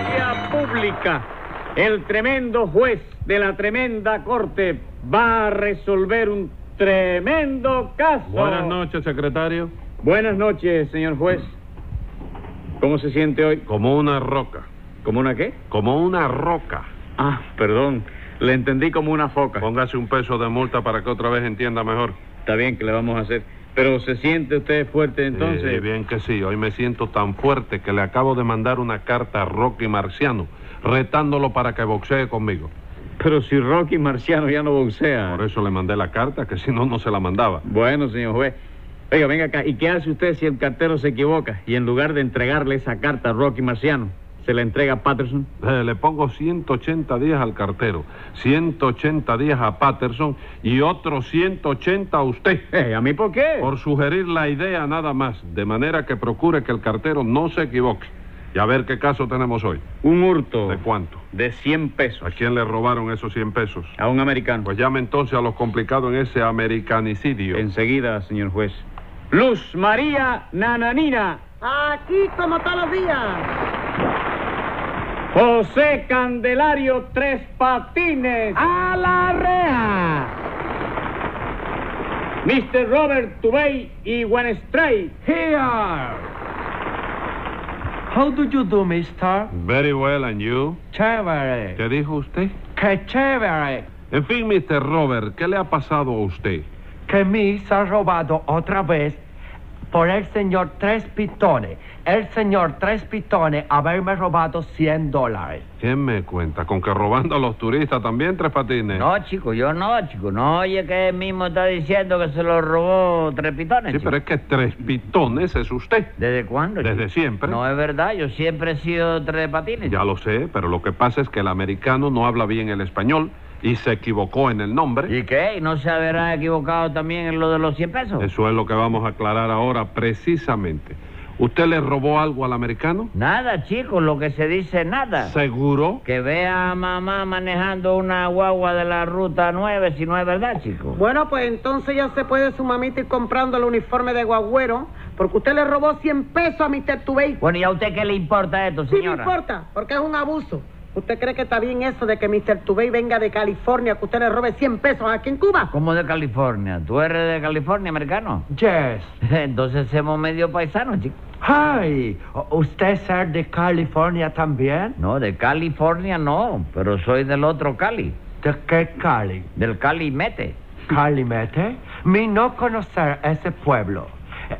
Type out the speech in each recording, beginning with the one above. Vía pública. El tremendo juez de la tremenda corte va a resolver un tremendo caso. Buenas noches, secretario. Buenas noches, señor juez. ¿Cómo se siente hoy? Como una roca. ¿Como una qué? Como una roca. Ah, perdón. Le entendí como una foca. Póngase un peso de multa para que otra vez entienda mejor. Está bien que le vamos a hacer. Pero se siente usted fuerte entonces. Eh, bien que sí, hoy me siento tan fuerte que le acabo de mandar una carta a Rocky Marciano retándolo para que boxee conmigo. Pero si Rocky Marciano ya no boxea. Por eso le mandé la carta, que si no, no se la mandaba. Bueno, señor juez. Oiga, venga acá. ¿Y qué hace usted si el cartero se equivoca y en lugar de entregarle esa carta a Rocky Marciano, se la entrega a Patterson? Eh, le pongo 180 días al cartero, 180 días a Patterson y otros 180 a usted. Eh, ¿A mí por qué? Por sugerir la idea nada más, de manera que procure que el cartero no se equivoque. Y a ver qué caso tenemos hoy. Un hurto. ¿De cuánto? De 100 ¿A pesos. quién le robaron esos 100 pesos? A un americano. Pues llame entonces a los complicados en ese americanicidio. Enseguida, señor juez. Luz María Nananina. Aquí como todos los días. José Candelario Tres Patines. A la rea. Mr. Robert Tubey y Juan Stray. Here! How do you do, mister? Very well, and you? Chévere. ¿Qué dijo usted? Que chévere. En fin, Mr. Robert, ¿qué le ha pasado a usted? Que me se ha robado otra vez por el señor Tres Pitones. El señor Tres Pitones haberme robado 100 dólares. ¿Quién me cuenta? ¿Con que robando a los turistas también, Tres Patines? No, chico, yo no, chico. No oye que él mismo está diciendo que se lo robó Tres Pitones. Sí, chico. pero es que Tres Pitones es usted. ¿Desde cuándo? chico? Desde siempre. No es verdad, yo siempre he sido Tres Patines. Ya lo sé, pero lo que pasa es que el americano no habla bien el español y se equivocó en el nombre. ¿Y qué? ¿Y no se habrá equivocado también en lo de los 100 pesos? Eso es lo que vamos a aclarar ahora precisamente. ¿Usted le robó algo al americano? Nada, chico, lo que se dice nada. ¿Seguro? Que vea a mamá manejando una guagua de la ruta 9, si no es verdad, chico. Bueno, pues entonces ya se puede su mamita ir comprando el uniforme de guagüero, porque usted le robó 100 pesos a Mr. Tubey. Bueno, ¿y a usted qué le importa esto, Sí me señora? importa, porque es un abuso. ¿Usted cree que está bien eso de que Mr. Tubey venga de California, que usted le robe 100 pesos aquí en Cuba? ¿Cómo de California? ¿Tú eres de California, americano? Yes. Entonces somos medio paisanos, chico. Hi. ¿Usted es de California también? No, de California no, pero soy del otro Cali, ¿De qué Cali? del Cali Mete. Calimete. Mi no conocer ese pueblo.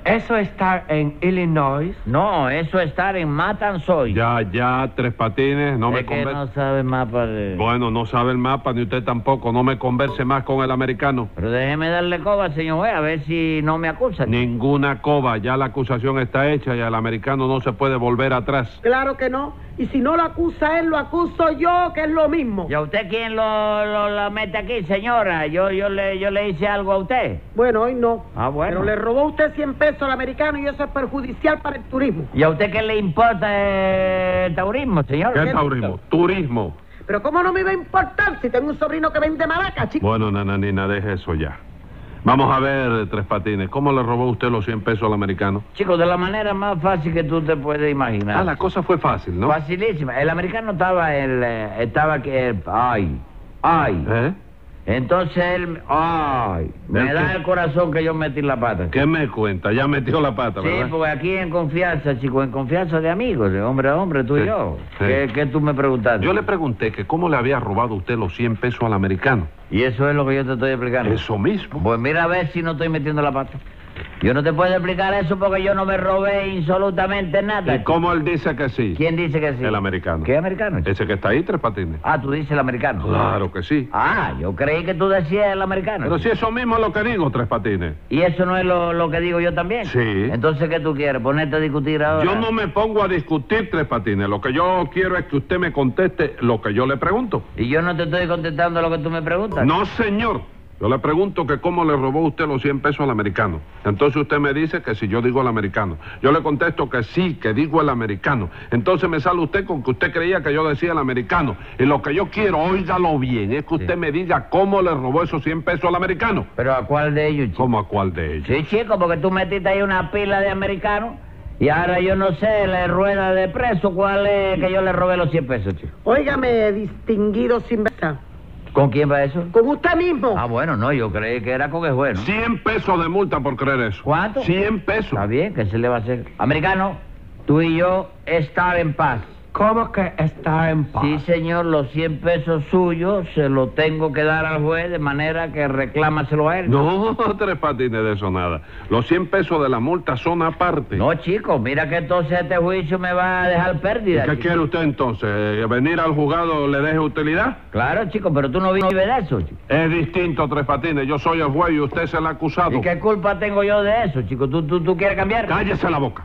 Eso está en Illinois. No, eso es estar en Matanzoy. Ya, ya, Tres Patines, no me es que conven- no sabe mapa de... Bueno, no sabe el mapa, ni usted tampoco. No me converse más con el americano. Pero déjeme darle coba, señor juez, a ver si no me acusan. Ninguna coba, ya la acusación está hecha y al americano no se puede volver atrás. Claro que no. Y si no lo acusa él, lo acuso yo, que es lo mismo. ¿Y a usted quién lo, lo- la mete aquí, señora? Yo, yo, le, yo le hice algo a usted. Bueno, hoy no. Ah, bueno. Pero le robó usted 100 pesos al americano y eso es perjudicial para el turismo. ¿Y a usted qué le importa eh, el taurismo, señor? ¿Qué taurismo? Turismo. Pero ¿cómo no me iba a importar si tengo un sobrino que vende maracas, chico? Bueno, nananina, deje eso ya. Vamos a ver, Tres Patines, ¿cómo le robó usted los 100 pesos al americano? Chico, de la manera más fácil que tú te puedes imaginar. Ah, la cosa fue fácil, ¿no? Facilísima. El americano estaba el eh, estaba que ay, ay. ¿Eh? Entonces él ay, me ¿El da qué? el corazón que yo metí la pata. ¿Qué me cuenta? Ya metió la pata, Sí, ¿verdad? porque aquí en confianza, chico, en confianza de amigos, de hombre a hombre, tú Sí, y yo. sí. ¿Qué, qué tú me preguntaste? Yo le pregunté que cómo le había robado usted los 100 pesos al americano. Y eso es lo que yo te estoy explicando. Eso mismo. Pues mira a ver si no estoy metiendo la pata. Yo no te puedo explicar eso porque yo no me robé absolutamente nada. ¿Y cómo él dice que sí? ¿Quién dice que sí? El americano. ¿Qué americano? chico? Ese que está ahí, Tres Patines. Ah, tú dices el americano. Claro que sí. Ah, yo creí que tú decías el americano. Pero si eso mismo es lo que digo, Tres Patines. ¿Y eso no es lo, lo que digo yo también? Sí. Entonces, ¿qué tú quieres? ¿Ponerte a discutir ahora? Yo no me pongo a discutir, Tres Patines. Lo que yo quiero es que usted me conteste lo que yo le pregunto. ¿Y yo no te estoy contestando lo que tú me preguntas? No, señor. Yo le pregunto que cómo le robó usted los 100 pesos al americano. Entonces usted me dice que si yo digo el americano. Yo le contesto que sí, que digo el americano. Entonces me sale usted con que usted creía que yo decía el americano. Y lo que yo quiero, óigalo bien, es que usted me diga cómo le robó esos 100 pesos al americano. ¿Pero a cuál de ellos, chico? ¿Cómo a cuál de ellos? Sí, chico, porque tú metiste ahí una pila de americanos Y ahora yo no sé, la rueda de preso, ¿cuál es que yo le robé los 100 pesos, chico? Óigame, distinguido sin vergüenza. ¿Con quién va eso? Con usted mismo. Ah, bueno, no, yo creí que era con el juez, ¿no? 100 pesos de multa por creer eso. ¿Cuánto? 100 pesos. Está bien, ¿qué se le va a hacer? Americano, tú y yo estar en paz. ¿Cómo que estar en paz? Sí, señor, los 100 pesos suyos se los tengo que dar al juez de manera que reclámaselo a él. No, tres patines de eso nada. Los 100 pesos de la multa son aparte. No, chico, mira que entonces este juicio me va a dejar ¿Y pérdida. ¿Qué chico. quiere usted entonces? ¿Eh, ¿Venir al juzgado le deje utilidad? Claro, chico, pero tú no vives de eso, chico. Es distinto, Tres Patines. Yo soy el juez y usted es el acusado. ¿Y qué culpa tengo yo de eso, chico? ¿Tú, tú, tú quieres cambiar? Cállese la boca.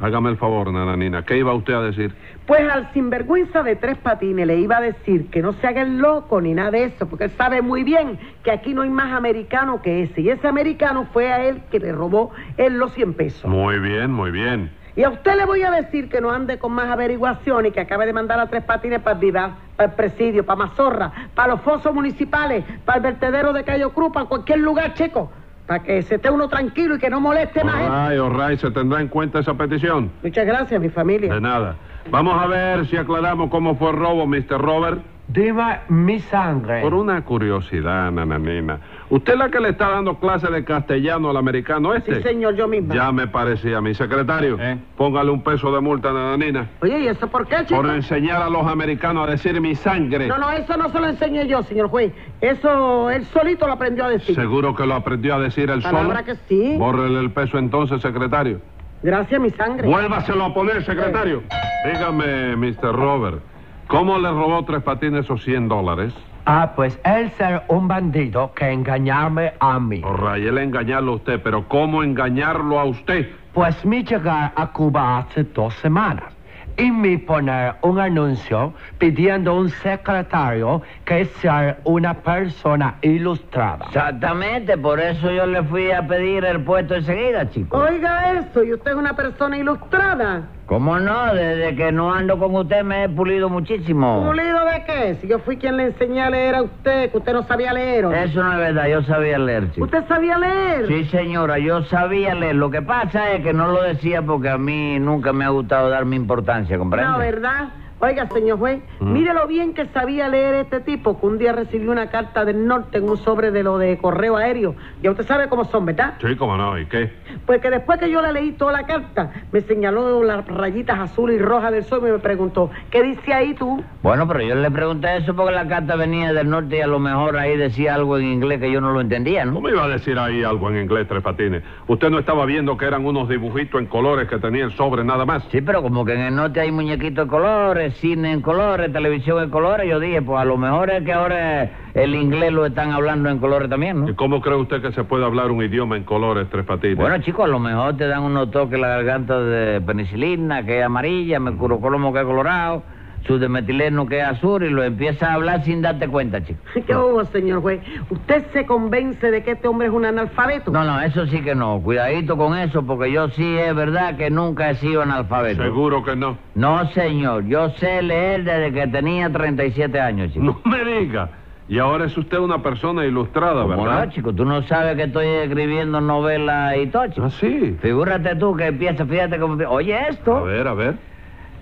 Hágame el favor, nananina. ¿Qué iba usted a decir? Pues al sinvergüenza de tres patines le iba a decir que no se haga el loco ni nada de eso, porque él sabe muy bien que aquí no hay más americano que ese. Y ese americano fue a él que le robó él los 100 pesos. Muy bien, muy bien. Y a usted le voy a decir que no ande con más averiguaciones, que acabe de mandar a tres patines para Vivar, para el presidio, para Mazorra, para los fosos municipales, para el vertedero de Cayo Cruz, para cualquier lugar, chico, para que se esté uno tranquilo y que no moleste más. gente. Ay, Orray, se tendrá en cuenta esa petición. Muchas gracias, mi De familia. nada. Vamos a ver si aclaramos cómo fue el robo, Mr. Robert. Dime mi sangre. Por una curiosidad, nananina. ¿Usted es la que le está dando clase de castellano al americano este? Sí, señor, yo misma. Ya me parecía, mi secretario. ¿Eh? Póngale un peso de multa, nananina. Oye, ¿y eso por qué, chico? Por enseñar a los americanos a decir mi sangre. No, no, eso no se lo enseñé yo, señor juez. Eso él solito lo aprendió a decir. Seguro que lo aprendió a decir el solo. Palabra que sí. Bórrele el peso entonces, secretario. Gracias, mi sangre. Vuélvaselo a poner, secretario. Dígame, Mr. Robert, ¿cómo le robó Tres Patines esos 100 dólares? Ah, pues él ser un bandido que engañarme a mí. Oh. Orray, él Oh, engañarlo a usted, pero ¿cómo engañarlo a usted? Pues mi llegar a Cuba hace dos semanas y mi poner un anuncio pidiendo un secretario que sea una persona ilustrada. Exactamente, por eso yo le fui a pedir el puesto enseguida, chico. Oiga eso, y usted es una persona ilustrada. ¿Cómo no? Desde que no ando con usted me he pulido muchísimo. ¿Pulido de qué? Si yo fui quien le enseñé a leer a usted, que usted no sabía leer. ¿o no? Eso no es verdad, yo sabía leer, chico. ¿Usted sabía leer? Sí, señora, yo sabía leer. Lo que pasa es que no lo decía porque a mí nunca me ha gustado darme importancia, ¿comprende? No, ¿verdad? Oiga, señor juez, mire lo bien que sabía leer este tipo, que un día recibió una carta del norte en un sobre de lo de correo aéreo. Ya usted sabe cómo son, ¿verdad? Sí, cómo no, ¿y qué? Pues que después que yo le leí toda la carta, me señaló las rayitas azul y roja del sol y me preguntó, ¿qué dice ahí tú? Bueno, pero yo le pregunté eso porque la carta venía del norte y a lo mejor ahí decía algo en inglés que yo no lo entendía, ¿no? ¿Cómo iba a decir ahí algo en inglés, Tres Patines? Usted no estaba viendo que eran unos dibujitos en colores que tenía el sobre nada más. Sí, pero como que en el norte hay muñequitos en colores, cine en colores, televisión en colores, yo dije, pues a lo mejor es que ahora el inglés lo están hablando en colores también, ¿Y ¿no? cómo cree usted que se puede hablar un idioma en colores, Tres Patines? Bueno, chicos, a lo mejor te dan unos toques en la garganta de penicilina, que es amarilla, mercurocromo, que es colorado, subdemetileno, que es azul, y lo empiezas a hablar sin darte cuenta, chico. ¿Qué hubo, señor juez? ¿Usted se convence de que este hombre es un analfabeto? No, no, eso sí que no. Cuidadito con eso, porque yo sí es verdad que nunca he sido analfabeto. Seguro que no. No, señor. Yo sé leer desde que tenía 37 años, chico. No me diga. Y ahora es usted una persona ilustrada, ¿Cómo ¿verdad? no, chico? Tú no sabes que estoy escribiendo novelas y todo, chico. Ah, sí. Figúrate tú que empieza, fíjate cómo... empie- Oye, A esto. ver, a ver.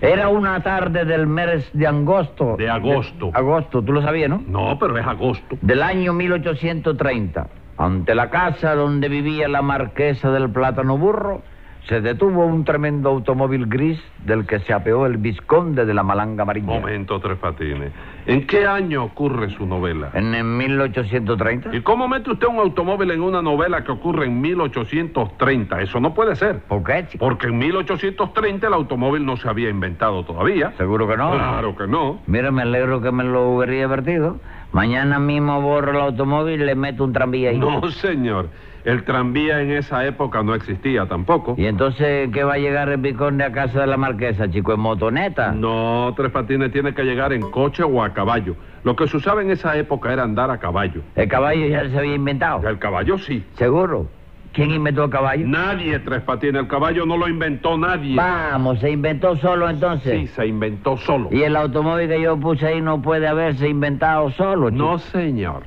Era una tarde del mes de agosto. De agosto. agosto, tú lo sabías, ¿no? No, pero es agosto. Del año 1830. Ante la casa donde vivía la marquesa del plátano burro, se detuvo un tremendo automóvil gris del que se apeó el vizconde de la malanga amarilla. Momento, Tres Patines. ¿En qué año ocurre su novela? En el 1830. ¿Y cómo mete usted un automóvil en una novela que ocurre en 1830? Eso no puede ser. ¿Por qué, chico? Porque en 1830 el automóvil no se había inventado todavía. Seguro que no. Claro que no. Mira, me alegro que me lo hubiera divertido. Mañana mismo borro el automóvil y le meto un tranvía ahí. No, señor. El tranvía en esa época no existía tampoco. ¿Y entonces qué va a llegar el vizconde a casa de la marquesa, chico? ¿En motoneta? No, Tres Patines tiene que llegar en coche o a caballo. Lo que se usaba en esa época era andar a caballo. El caballo ya se había inventado. El caballo sí. ¿Seguro? ¿Quién inventó el Mm. caballo? Nadie, Tres Patines. El caballo no lo inventó nadie. Vamos, se inventó solo Sí, entonces. se inventó solo. Y el automóvil que yo puse ahí no puede haberse inventado solo. chico. No, señor.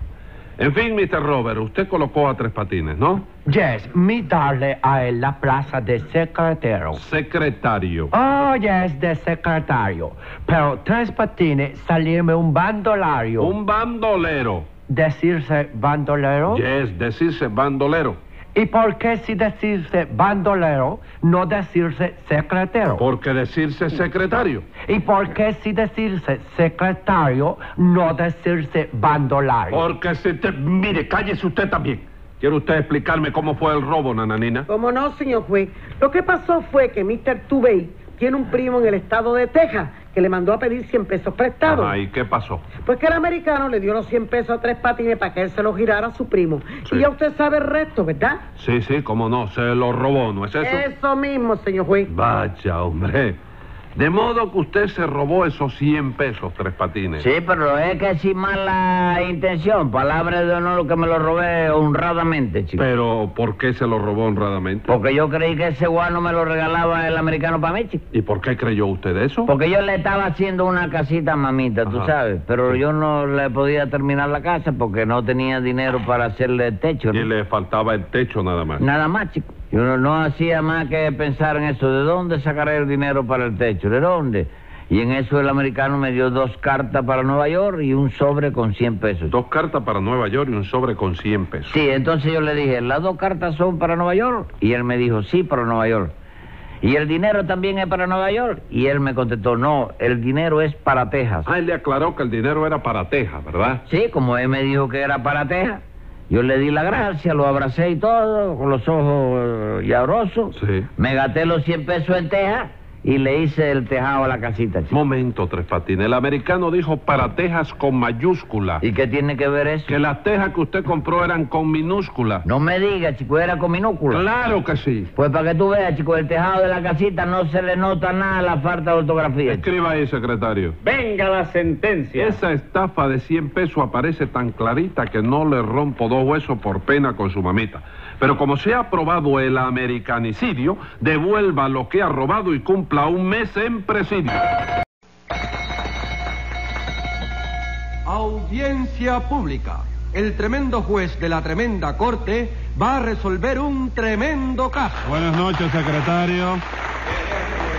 En fin, Mr. Robert, usted colocó a tres patines, ¿no? Yes, me darle a él la plaza de secretario. Secretario. Oh, yes, de secretario. Pero tres patines salirme un Oh. bandolario. Un bandolero. ¿Decirse bandolero? Oh. Yes, decirse bandolero. ¿Y por qué si decirse bandolero, no decirse secretario? Porque decirse secretario. ¿Y por qué si decirse secretario, no decirse bandolario? Porque se te... Mire, cállese usted también. ¿Quiere usted explicarme cómo fue el robo, nananina? Como no, señor juez. Lo que pasó fue que Mr. Tubey tiene un primo en el estado de Texas que le mandó a pedir 100 pesos prestados. Ajá, ¿y qué pasó? Pues que el americano le dio los 100 pesos a tres patines para que él se los girara a su primo. Sí. Y ya usted sabe el resto, ¿verdad? Sí, sí, cómo no, se lo robó, ¿no es eso? mismo, señor juez. Vaya, hombre. De modo que usted se robó esos 100 pesos, tres patines. Sí, pero es que sin mala intención. Palabra de honor que me lo robé honradamente, chico. Pero, ¿por qué se lo robó honradamente? Porque yo creí que ese guano me lo regalaba el americano para mí, chico. ¿Y por qué creyó usted eso? Porque yo le estaba haciendo una casita a mamita, tú Ajá. sabes. Pero yo no le podía terminar la casa porque no tenía dinero para hacerle el techo. ¿no? Y le faltaba el techo nada más. Nada más, chico. Yo no, no hacía más que pensar en eso. ¿De dónde sacaré el dinero para el techo? ¿De dónde? Y en eso el americano me dio dos cartas para Nueva York y un sobre con 100 pesos. Dos cartas para Nueva York y un sobre con 100 pesos. Sí, entonces yo le dije, ¿las dos cartas son para Nueva York? Y él me dijo, sí, para Nueva York. ¿Y el dinero también es para Nueva York? Y él me contestó, no, el dinero es para Texas. Ah, él le aclaró que el dinero era para Texas, ¿verdad? Sí, como él me dijo que era para Texas, yo le di la gracia, lo abracé y todo, con los ojos eh, llorosos. Sí. Me gasté los 100 pesos en Texas y le hice el tejado a la casita, chico. Momento, Tres Patines. El americano dijo para Texas con mayúscula. ¿Y qué tiene que ver eso? Que las tejas que usted compró eran con minúscula. No me digas, chico, era con minúsculas. Claro que sí. Pues para que tú veas, chico, el tejado de la casita no se le nota nada la falta de ortografía. chico. Escriba ahí, secretario. Venga la sentencia. Esa estafa de 100 pesos aparece tan clarita que no le rompo dos huesos por pena con su mamita. Pero como se ha aprobado el americanicidio, devuelva lo que ha robado y cumpla un mes en presidio. Audiencia pública. El tremendo juez de la tremenda corte va a resolver un tremendo caso. Buenas noches, secretario.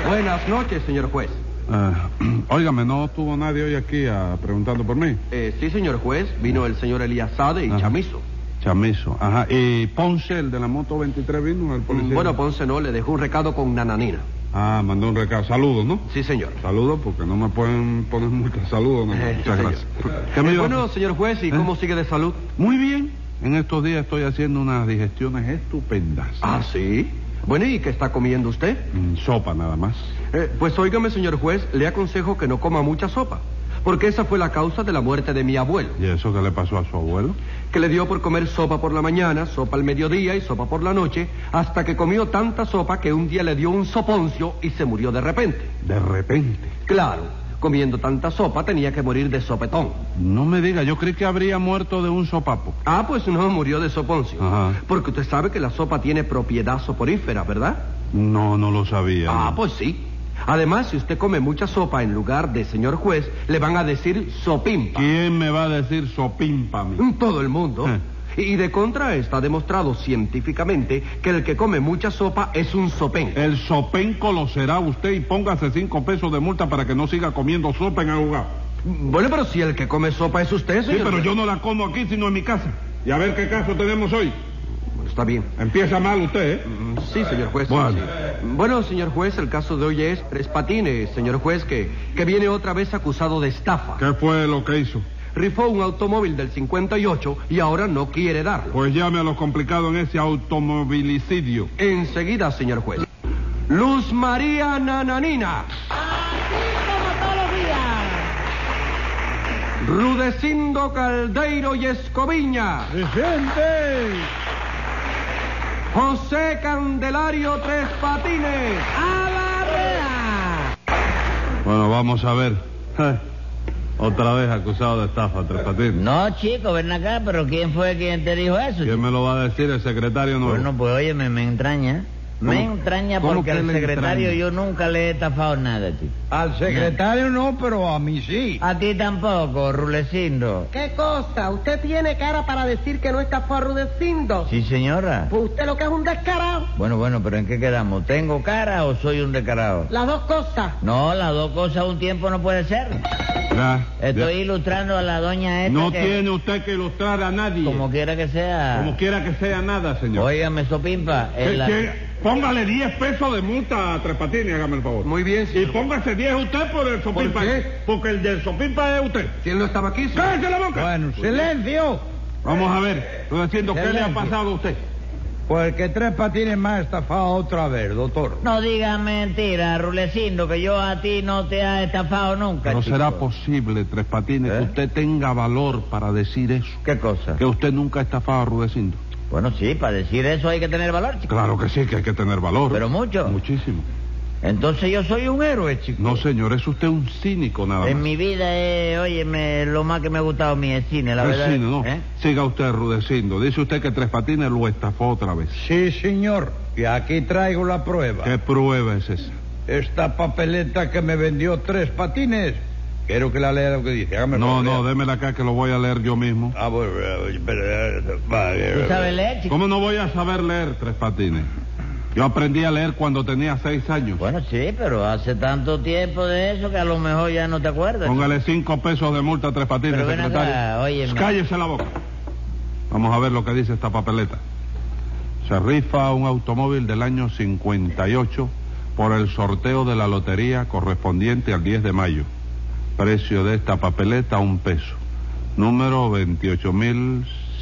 Buenas noches, señor juez. Ah, óigame, ¿no estuvo nadie hoy aquí ah, preguntando por mí? Eh, sí, señor juez, vino el señor Eliasade y Ajá. Chamizo. Chamizo. Ajá. ¿Y Ponce, el de la moto 23, vino el Mm, policía? Bueno, Ponce no, le dejó un recado con Nananina. Ah, mandó un recado. Saludos, ¿no? Sí, señor. Saludos, porque no me pueden poner multa. Saludos, no. Eh, Muchas sí, gracias. señor. ¿Qué me Eh, iba a- bueno, señor juez, ¿y ¿Eh? cómo sigue de salud? Muy bien. En estos días estoy haciendo unas digestiones estupendas. Ah, sí. Bueno, ¿y qué está comiendo usted? Mm, sopa nada más. Eh, pues óigame, señor juez, le aconsejo que no coma mucha sopa, porque esa fue la causa de la muerte de mi abuelo. ¿Y eso qué le pasó a su abuelo? que le dio por comer sopa por la mañana, sopa al mediodía y sopa por la noche, hasta que comió tanta sopa que un día le dio un soponcio y se murió de repente. De repente. Claro, comiendo tanta sopa tenía que morir de sopetón. No me diga, yo creí que habría muerto de un sopapo. Ah, pues no, murió de soponcio. Ajá. Porque usted sabe que la sopa tiene propiedad soporífera, ¿verdad? No, no lo sabía. Ah, no. pues sí. Además, si usted come mucha sopa en lugar de señor juez, le van a decir sopimpa. ¿Quién me va a decir sopimpa a mí? Mm, Todo el mundo. Eh. Y de contra está demostrado científicamente que el que come mucha sopa es un sopenco. El sopenco lo será usted y póngase cinco pesos de multa para que no siga comiendo sopa en el lugar. Bueno, pero si el que come sopa es usted, Sí, señor. pero yo no la como aquí, sino en mi casa. Y a ver qué caso tenemos hoy. Bueno, está bien. Empieza mal usted, ¿eh? Mm, Sí, señor juez. sí, Bueno. sí. Bueno, señor juez, el caso de hoy es Tres Patines, señor juez, que, que viene otra vez acusado de estafa. ¿Qué fue lo que hizo? Rifó un automóvil del 58 y ahora no quiere darlo. Pues llame a lo complicado en ese automovilicidio. Enseguida, señor juez. Luz María Nananina. Rudecindo Caldeiro y Escoviña. ¡Gente! José Candelario Tres Patines. Bueno, vamos a ver. Otra vez acusado de estafa, Tres Patines. No, chico, ven acá, pero ¿quién fue quien te dijo eso? ¿Quién chico? me lo va a decir el secretario nuevo? Bueno, pues oye, me, me entraña. Me entraña ¿Cómo porque que al le secretario entraña? yo nunca le he estafado nada, tío. Al secretario no, pero a mí sí. A ti tampoco, Rulecindo. ¿Qué cosa? ¿Usted tiene cara para decir que no está farrudeciendo? Sí, señora. Pues usted lo que es un descarado. Bueno, bueno, pero ¿en qué quedamos? ¿Tengo cara o soy un descarado? Las dos cosas. No, las dos cosas a un tiempo no puede ser. Ya, ya. Estoy ilustrando a la doña esta No que, tiene usted que ilustrar a nadie. como Como, quiera que sea. quiera que sea nada, señor. Óigame, Sopimpa, Que- es la- que- póngale 10 pesos de multa a Tres Patines, hágame el favor. Muy bien, Y señor. póngase 10 usted por el Sopimpa. qué? Porque el del Sopimpa es usted. Si él no estaba aquí, señor. ¡Cállese la boca! Bueno, silencio. Vamos a ver, estoy diciendo, ¿qué le ha Silencio. pasado a usted? Porque Tres Patines me ha estafado otra vez, doctor. No digas mentira, Rulecindo, que yo a ti no te ha estafado nunca. No chico. será posible, Tres Patines, ¿Eh? que usted tenga valor para decir eso. ¿Qué cosa? Que usted nunca ha estafado a Rudecindo. Bueno, sí, para decir eso hay que tener valor, chico. Claro que sí, que hay que tener valor. Pero mucho. Muchísimo. Entonces yo soy un héroe, chico. No, señor, es usted un cínico nada más. En mi vida, eh, óyeme, lo más que me ha gustado a mí es cine, la Es verdad. cine, no. ¿Eh? Siga usted rudeciendo. Dice usted que Tres Patines lo estafó otra vez. Sí, señor. Y aquí traigo la prueba. ¿Qué prueba es esa? Esta papeleta que me vendió Tres Patines. Quiero que la lea lo que dice. Hágame el No, favor, no, lea. démela acá que lo voy a leer yo mismo. Ah, bueno, eh, espera, eh, va, ¿Tú eh, sabes leer, chico? ¿Cómo no voy a saber leer Tres Patines? Yo aprendí a leer cuando tenía seis años. Bueno, sí, pero hace tanto tiempo de eso que a lo mejor ya no te acuerdas. Póngale cinco pesos de multa a Tres Patines, Pero ven secretario. acá, óyeme. Cállese la boca. Vamos a ver lo que dice esta papeleta. Se rifa un automóvil del año 58 por el sorteo de la lotería correspondiente al 10 de mayo. Precio de esta papeleta, un peso. Número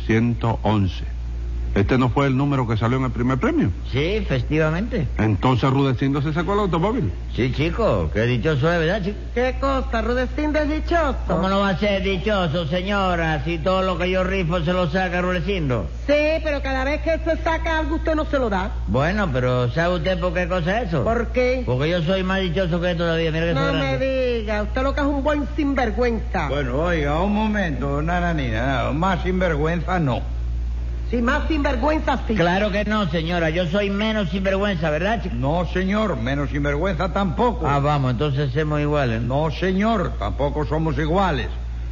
28.111. Este no fue el número que salió en el primer premio. Sí, festivamente. Entonces Rudecindo se sacó el automóvil. Sí, chico, qué dichoso es, ¿verdad, chico? ¿Qué cosa? Rudecindo es dichoso. ¿Cómo no va a ser dichoso, señora, si todo lo que yo rifo se lo saca Rulecindo? Sí, pero cada vez que usted saca algo, usted no se lo da. Bueno, pero ¿sabe usted por qué cosa es eso? ¿Por qué? Porque yo soy más dichoso que todavía, mira que No soy me grande. diga, usted lo que es un buen sinvergüenza. Bueno, oiga, un momento, nananina. Más sinvergüenza no. Si más sinvergüenza, sí. Claro que no, señora, yo soy menos sinvergüenza, ¿verdad, chico? No, señor. Menos sinvergüenza tampoco. Ah, vamos, entonces somos iguales, ¿no? No, señor, tampoco somos iguales.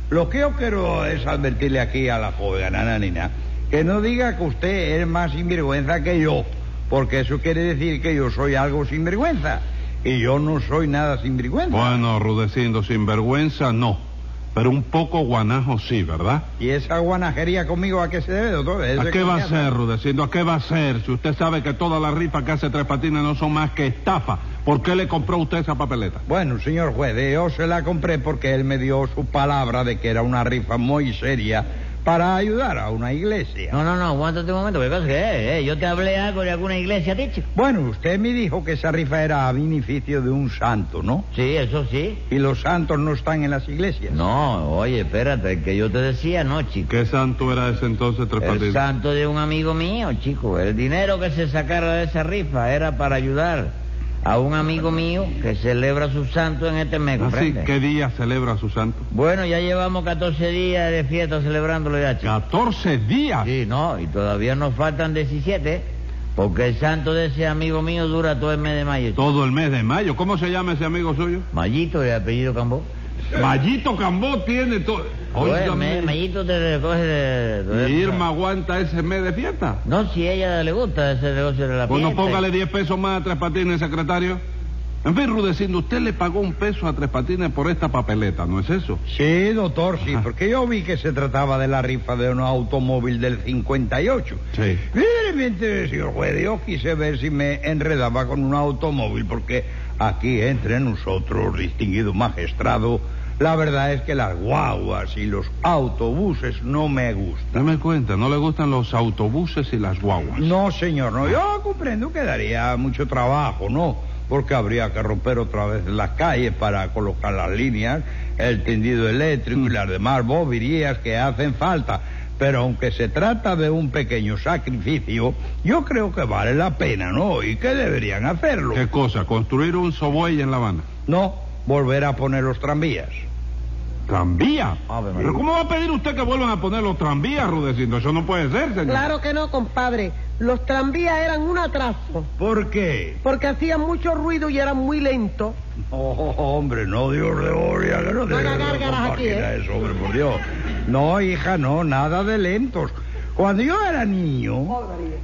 Lo que yo quiero es advertirle aquí a la joven Ananina que no diga que usted es más sinvergüenza que yo, porque eso quiere decir que yo soy algo sinvergüenza. Y yo no soy nada sinvergüenza. Bueno, Rudecindo, sinvergüenza no. Pero un poco guanajo sí, ¿verdad? ¿Y esa guanajería conmigo a qué se debe, doctor? ¿Es ¿A de qué va a confianza? ser, Rudecindo? ¿A qué va a ser? Si usted sabe que todas las rifas que hace Tres Patines no son más que estafa, ¿por qué le compró usted esa papeleta? Bueno, señor juez, eh, yo se la compré porque él me dio su palabra de que era una rifa muy seria para ayudar a una iglesia. No, no, no, aguántate un momento, ¿qué cosa que es? Eh, Yo te hablé algo de alguna iglesia a ti, chico. Bueno, usted me dijo que esa rifa era a beneficio de un santo, ¿no? Sí, eso sí. Y los santos no están en las iglesias. No, oye, espérate, el que yo te decía no, chico. ¿Qué santo era ese entonces, Tres El Patines? santo de un amigo mío, chico. El dinero que se sacara de esa rifa era para ayudar a un amigo mío que celebra su santo en este Así, mes, ¿comprende? ¿qué día celebra su santo? Bueno, ya llevamos 14 días de fiesta celebrándolo ya, chico. ¡Catorce días! Sí, no, y todavía nos faltan 17, porque el santo de ese amigo mío dura todo el mes de mayo. chico. Todo el mes de mayo. ¿Cómo se llama ese amigo suyo? Mayito de apellido Cambó. Mallito Cambó tiene todo... Oye, Óigame, Pues, me- Mayito te recoge de... de- ¿y Irma aguanta ese mes de fiesta? No, si a ella le gusta ese negocio de la Bueno, fiesta. póngale 10 pesos más a Tres Patines, secretario. En fin, Rudecindo, usted le pagó un peso a Tres Patines por esta papeleta, ¿no es eso? Sí, doctor, sí, porque yo vi que se trataba de la rifa de un automóvil del 58. Sí. Realmente, señor juez, yo quise ver si me enredaba con un automóvil, porque aquí entre nosotros, distinguido magistrado, la verdad es que las guaguas y los autobuses no me gustan. Dame cuenta, no le gustan los autobuses y las guaguas. No, señor, no. Yo comprendo que daría mucho trabajo, ¿no? Porque habría que romper otra vez las calles para colocar las líneas, el tendido eléctrico y las demás bobirías que hacen falta. Pero aunque se trata de un pequeño sacrificio, yo creo que vale la pena, ¿no? Y que deberían hacerlo. ¿Qué cosa? ¿Construir un soboy en La Habana? No, volver a poner los tranvías. ¿Tranvía? Ah, Ave María. ¿Pero cómo va a pedir usted que vuelvan a poner los tranvías, Rudecindo? Eso no puede ser, señor. Claro que no, compadre. Los tranvías eran un atraso, ¿Por qué? porque hacían mucho ruido y eran muy lentos. No, Oh, hombre, no, Dios de gloria. que No, No haga gárgaras aquí, ¿eh? eso, hombre, por Dios. No, hija, no, nada de lentos. Cuando yo era niño,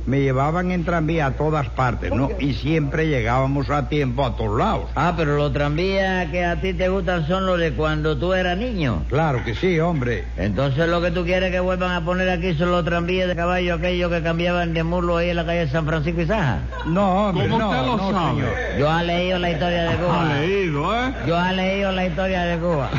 me llevaban en tranvía a todas partes, ¿no? Y siempre llegábamos a tiempo a todos lados. Ah, pero los tranvías que a ti te gustan son los de cuando tú eras niño. Claro que sí, hombre. Entonces lo que tú quieres que vuelvan a poner aquí son los tranvías de caballo aquellos que cambiaban de mulo ahí en la calle San Francisco y Saja. No, hombre, ¿Cómo no, usted lo no, sabe? señor. Yo ha leído la historia de Ha Cuba. leído, ¿eh? Yo ha leído la historia de Cuba.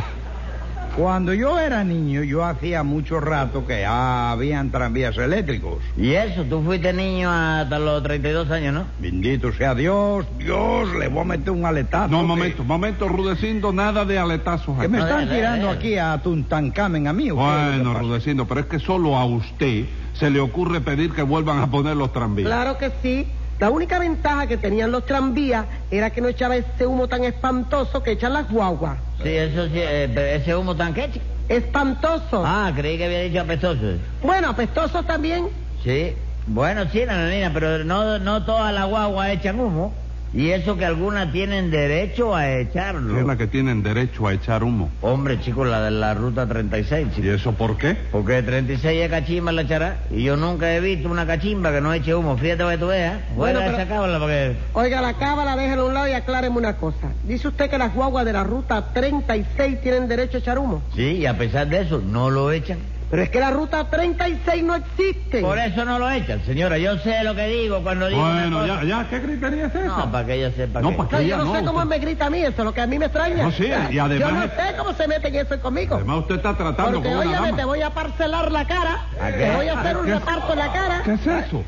Cuando yo era niño, yo hacía mucho rato que ya habían tranvías eléctricos. Y eso, tú fuiste niño hasta los 32 años, ¿no? Bendito sea Dios, Dios, le voy a meter un aletazo. No, que- momento, momento, Rudecindo, nada de aletazos Que aquí. me No, están dale, tirando dale. aquí a Tuntancamen a mí. ¿o qué? Bueno, Rudecindo, pero es que solo a usted se le ocurre pedir que vuelvan a poner los tranvías. Claro que sí. La única ventaja que tenían los tranvías era que no echaba ese humo tan espantoso que echan las guaguas. Sí, eso sí, eh, pe- ese humo tan queche. Espantoso. Ah, creí que había dicho apestoso. Bueno, apestoso también. Sí, bueno, sí, nananina, pero no, no todas las guaguas echan humo. Y eso que algunas tienen derecho a Es la echarlo. que tienen derecho a echar humo. Hombre, chico, la de la ruta 36, ¿Y chico. eso por qué? Porque 36 es cachimba la echará. Y yo nunca he visto una cachimba que no eche humo. Fíjate para que tú veas. Bueno, Bueno, pero- esa cábala porque... Oiga, la cábala, déjela a un lado y acláreme una cosa. Dice usted que las guaguas de la ruta 36 tienen derecho a echar humo. Sí, y a pesar de eso, no lo echan. Pero es que la ruta 36 no existe. Por eso no lo echan, señora. Yo sé lo que digo cuando digo una Bueno, ya, cosa. ya, ¿qué criterio es esa? No, para que ella sepa No, que... pa' No, que yo ya no, sé no, cómo usted- me grita a mí eso, lo que a mí me extraña. No, sí, y además Yo no es- sé cómo se meten eso conmigo. Además, usted está tratando Porque, con una óyeme, dama. Eh, te voy a parcelar la cara. ¿A qué? Te voy a hacer un ¿Qué es- reparto en la cara. ¿Qué es eso?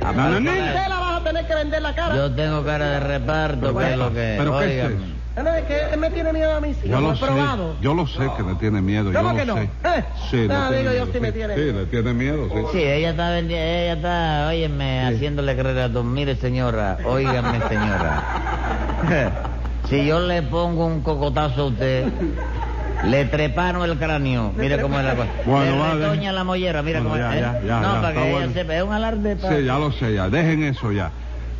Ah, Nananina. Usted la vas a tener que vender la cara. Yo tengo cara de reparto, que es lo que... ¿Pero qué es Óigame. eso? No, es que él me tiene miedo a mí, sí. Yo lo lo he sé, probado. yo lo sé que le tiene miedo, yo ¿Cómo lo que no? sé. ¿Eh? Sí, le No, tiene digo yo miedo, sí me tiene Sí, miedo. le tiene miedo, sí. Sí, ella está, vendi- ella está, óyeme, haciéndole creer a todos, mire señora, óigame señora, si yo le pongo un cocotazo a usted, le trepano el cráneo, mira cómo es la cosa, Bueno, le vale. retoña la mollera, mira Bueno, cómo ya, es, ¿eh? ya, ya, ya, no, para está que bueno. ella sepa, es un alarde, pa- Sí, ya lo sé, ya. Dejen eso ya.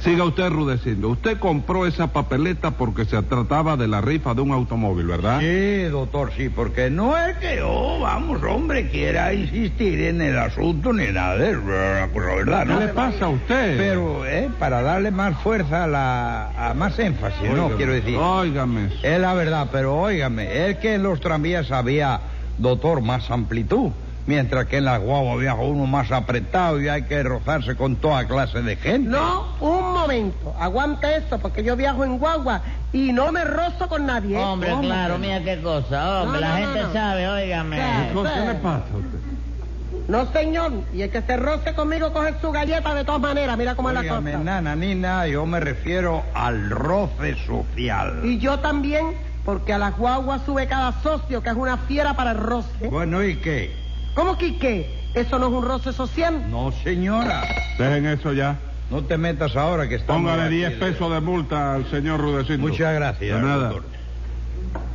Siga usted rudeciendo. Usted compró esa papeleta porque se trataba de la rifa de un automóvil, ¿verdad? Sí, doctor, sí, porque no es que yo, vamos, hombre, quiera insistir en el asunto ni nada de eso, la cosa, ¿verdad? ¿Qué ¿no? le pasa a usted? Pero, eh, para darle más fuerza a la... a más énfasis, Óigame, ¿no? Quiero decir. Óigame. eso. Es la verdad, pero óigame, es que en los tranvías había, doctor, más amplitud. Mientras que en la guagua había uno más apretado y hay que rozarse con toda clase de gente. No, un momento. Aguanta eso, porque yo viajo en guagua y no me rozo con nadie. ¿eh? hombre, claro, mira qué cosa, hombre, No, la no, no, gente no. sabe, óigame, Claro. ¿Qué le pasa a usted? No, señor. Y el que se roce conmigo coge su galleta de todas maneras. Mira cómo es la Óigame, cosa. nana, nina, yo me refiero al roce social. Y yo también, porque a las guaguas sube cada socio, que es una fiera para el roce. Bueno, ¿y qué? ¿Cómo que qué? Eso no es un roce social. No, señora, Dejen eso ya. no te metas ahora que estamos... Póngale aquí 10 de- pesos de multa al señor Rudecindo. Muchas gracias, De nada. doctor.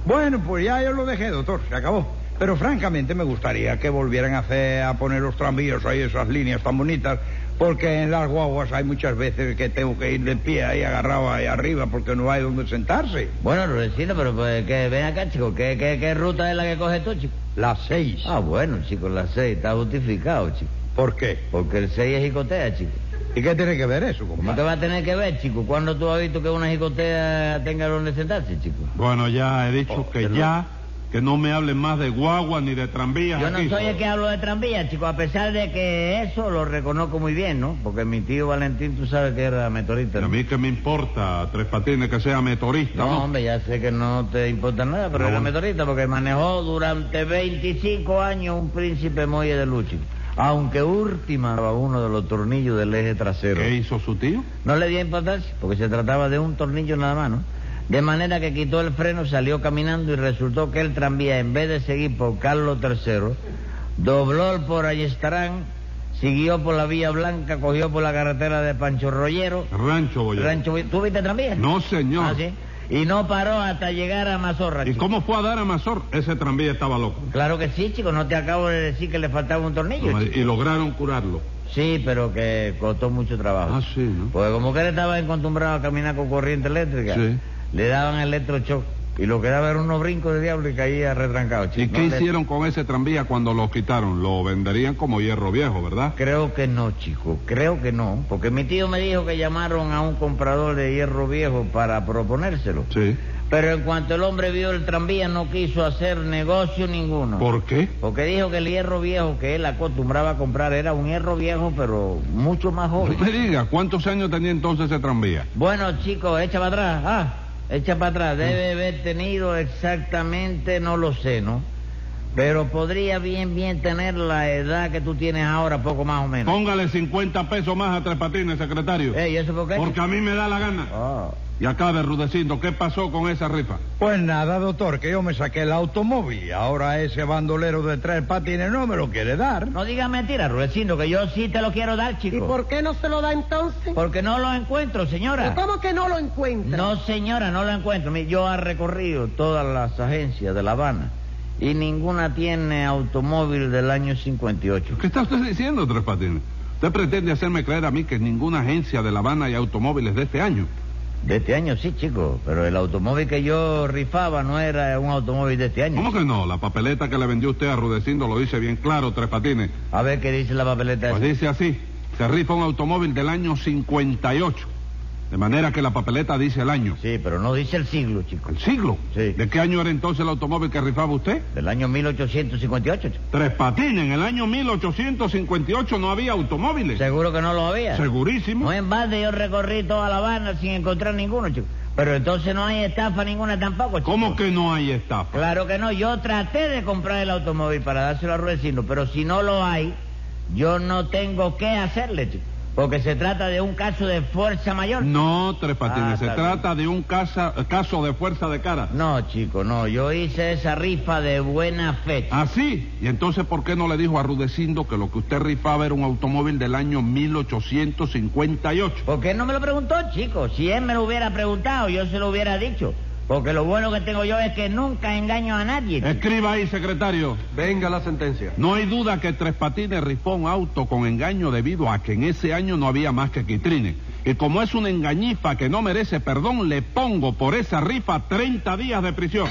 Bueno, pues ya yo lo dejé, doctor, se acabó. Pero francamente me gustaría que volvieran a, hacer, a poner los tranvías ahí, esas líneas tan bonitas, porque en las guaguas hay muchas veces que tengo que ir de pie ahí agarrado ahí arriba porque no hay donde sentarse. bueno, Rudecindo, pero pues, que, ven acá, chico, ¿qué, qué, ¿qué ruta es la que coges tú, chico? Las seis. Ah, bueno, chico, la 6 está justificado, chico, ¿Por qué? porque el 6 es jicotea, chico. ¿Y qué tiene que ver eso, ¿Cómo te compadre? va a tener que ver, chico? ¿Cuándo tú has visto que una jicotea tenga donde sentarse, chico? Bueno, ya he dicho Oh, que perdón. ya, que no me hablen más de guagua ni de tranvías Yo no aquí. soy el que hablo de tranvía, chico, a pesar de que eso lo reconozco muy bien, ¿no? Porque mi tío Valentín, tú sabes que era meteorista. A ¿no? mí que me importa, Tres Patines, que sea meteorista, No, ¿no? hombre, ya sé que no te importa nada, pero No, era bueno. meteorista porque manejó durante 25 años un príncipe muelle de lucha. Aunque última uno de los tornillos del eje trasero. ¿Qué hizo su tío? No le dio importancia, porque se trataba de un tornillo nada más, ¿no? De manera que quitó el freno, salió caminando y resultó que el tranvía, en vez de seguir por Carlos III, dobló por Ayestarán, siguió por la Vía Blanca, cogió por la carretera de Pancho Rollero. Rancho Boyero. Rancho, ¿Tú viste tranvía? No, señor. Ah, ¿sí? Y no paró hasta llegar a Mazorra. ¿Y chico. cómo fue a dar a Mazor? Ese tranvía estaba loco. Claro que sí, chico. No te acabo de decir que le faltaba un tornillo. No me- chico. y lograron curarlo. Sí, pero que costó mucho trabajo. Ah, sí, ¿no? Porque como que él estaba acostumbrado a caminar con corriente eléctrica, Sí. le daban electrochoc. Y lo que daba era unos brincos de diablo y caía retrancado, chico. ¿Y No qué le- hicieron con ese tranvía cuando lo quitaron? Lo venderían como hierro viejo, ¿verdad? Creo que no, chico, creo que no. Porque mi tío me dijo que llamaron a un comprador de hierro viejo para proponérselo. Sí. Pero en cuanto el hombre vio el tranvía, no quiso hacer negocio ninguno. ¿Por qué? Porque dijo que el hierro viejo que él acostumbraba a comprar era un hierro viejo, pero mucho más No joven. me diga, ¿cuántos años tenía entonces ese tranvía? Bueno, chicos, echa para atrás. Ah, echa para Mm. atrás. Debe haber tenido exactamente, no lo sé, ¿no? Pero podría bien, bien tener la edad que tú tienes ahora, poco más o menos. Póngale 50 pesos más a Tres Patines, secretario. Ey, ¿y eso por qué? Porque a mí me da la gana. Ah. Y acá, Berrudecindo, ¿qué pasó con esa rifa? Pues nada, doctor, que yo me saqué el automóvil. Ahora ese bandolero de tres patines no me lo quiere dar. No digas mentiras, Rudecindo, que yo sí te lo quiero dar, chico. ¿Y por qué no se lo da entonces? Porque no lo encuentro, señora. ¿Cómo que no lo encuentra? No, señora, no lo encuentro. Mire, Yo he recorrido todas las agencias de La Habana y ninguna tiene automóvil del año 58. ¿Qué está usted diciendo, Tres Patines? Usted pretende hacerme creer a mí que ninguna agencia de La Habana hay automóviles de este año. De este año sí, chico, pero el automóvil que yo rifaba no era un automóvil de este año. ¿Cómo que no? La papeleta que le vendió usted a Rudecindo lo dice bien claro, Tres Patines. A ver qué dice la papeleta Pues esa. dice así, se rifa un automóvil del año 58. De manera que la papeleta dice el año. Sí, pero no dice el siglo, chico. ¿El siglo? Sí. ¿De qué año era entonces el automóvil que rifaba usted? Del año 1858, chico. Tres Patines, en el año 1858 no había automóviles. Seguro que no lo había. Segurísimo. No en balde yo recorrí toda La Habana sin encontrar ninguno, chico. Pero entonces no hay estafa ninguna tampoco, chico. ¿Cómo que no hay estafa? Claro que no, yo traté de comprar el automóvil para dárselo a Rudecindo, pero si no lo hay, yo no tengo qué hacerle, chico. Porque se trata de un caso de fuerza mayor. No, Tres Patines, Ah, se está trata de un casa- caso de fuerza de cara. No, chico, no. Yo hice esa rifa de buena fe. chico. ¿Ah, sí? ¿Y entonces por qué no le dijo a Rudecindo que lo que usted rifaba era un automóvil del año 1858? ¿Por qué no me lo preguntó, chico? Si él me lo hubiera preguntado, yo se lo hubiera dicho. Porque lo bueno que tengo yo es que nunca engaño a Eh. nadie. chico. Escriba ahí, secretario. Venga la sentencia. No hay duda que Tres Patines rifó un auto con engaño debido a que en ese año no había más que quitrines. Y como es una engañifa que no merece perdón, le pongo por esa rifa 30 días de prisión.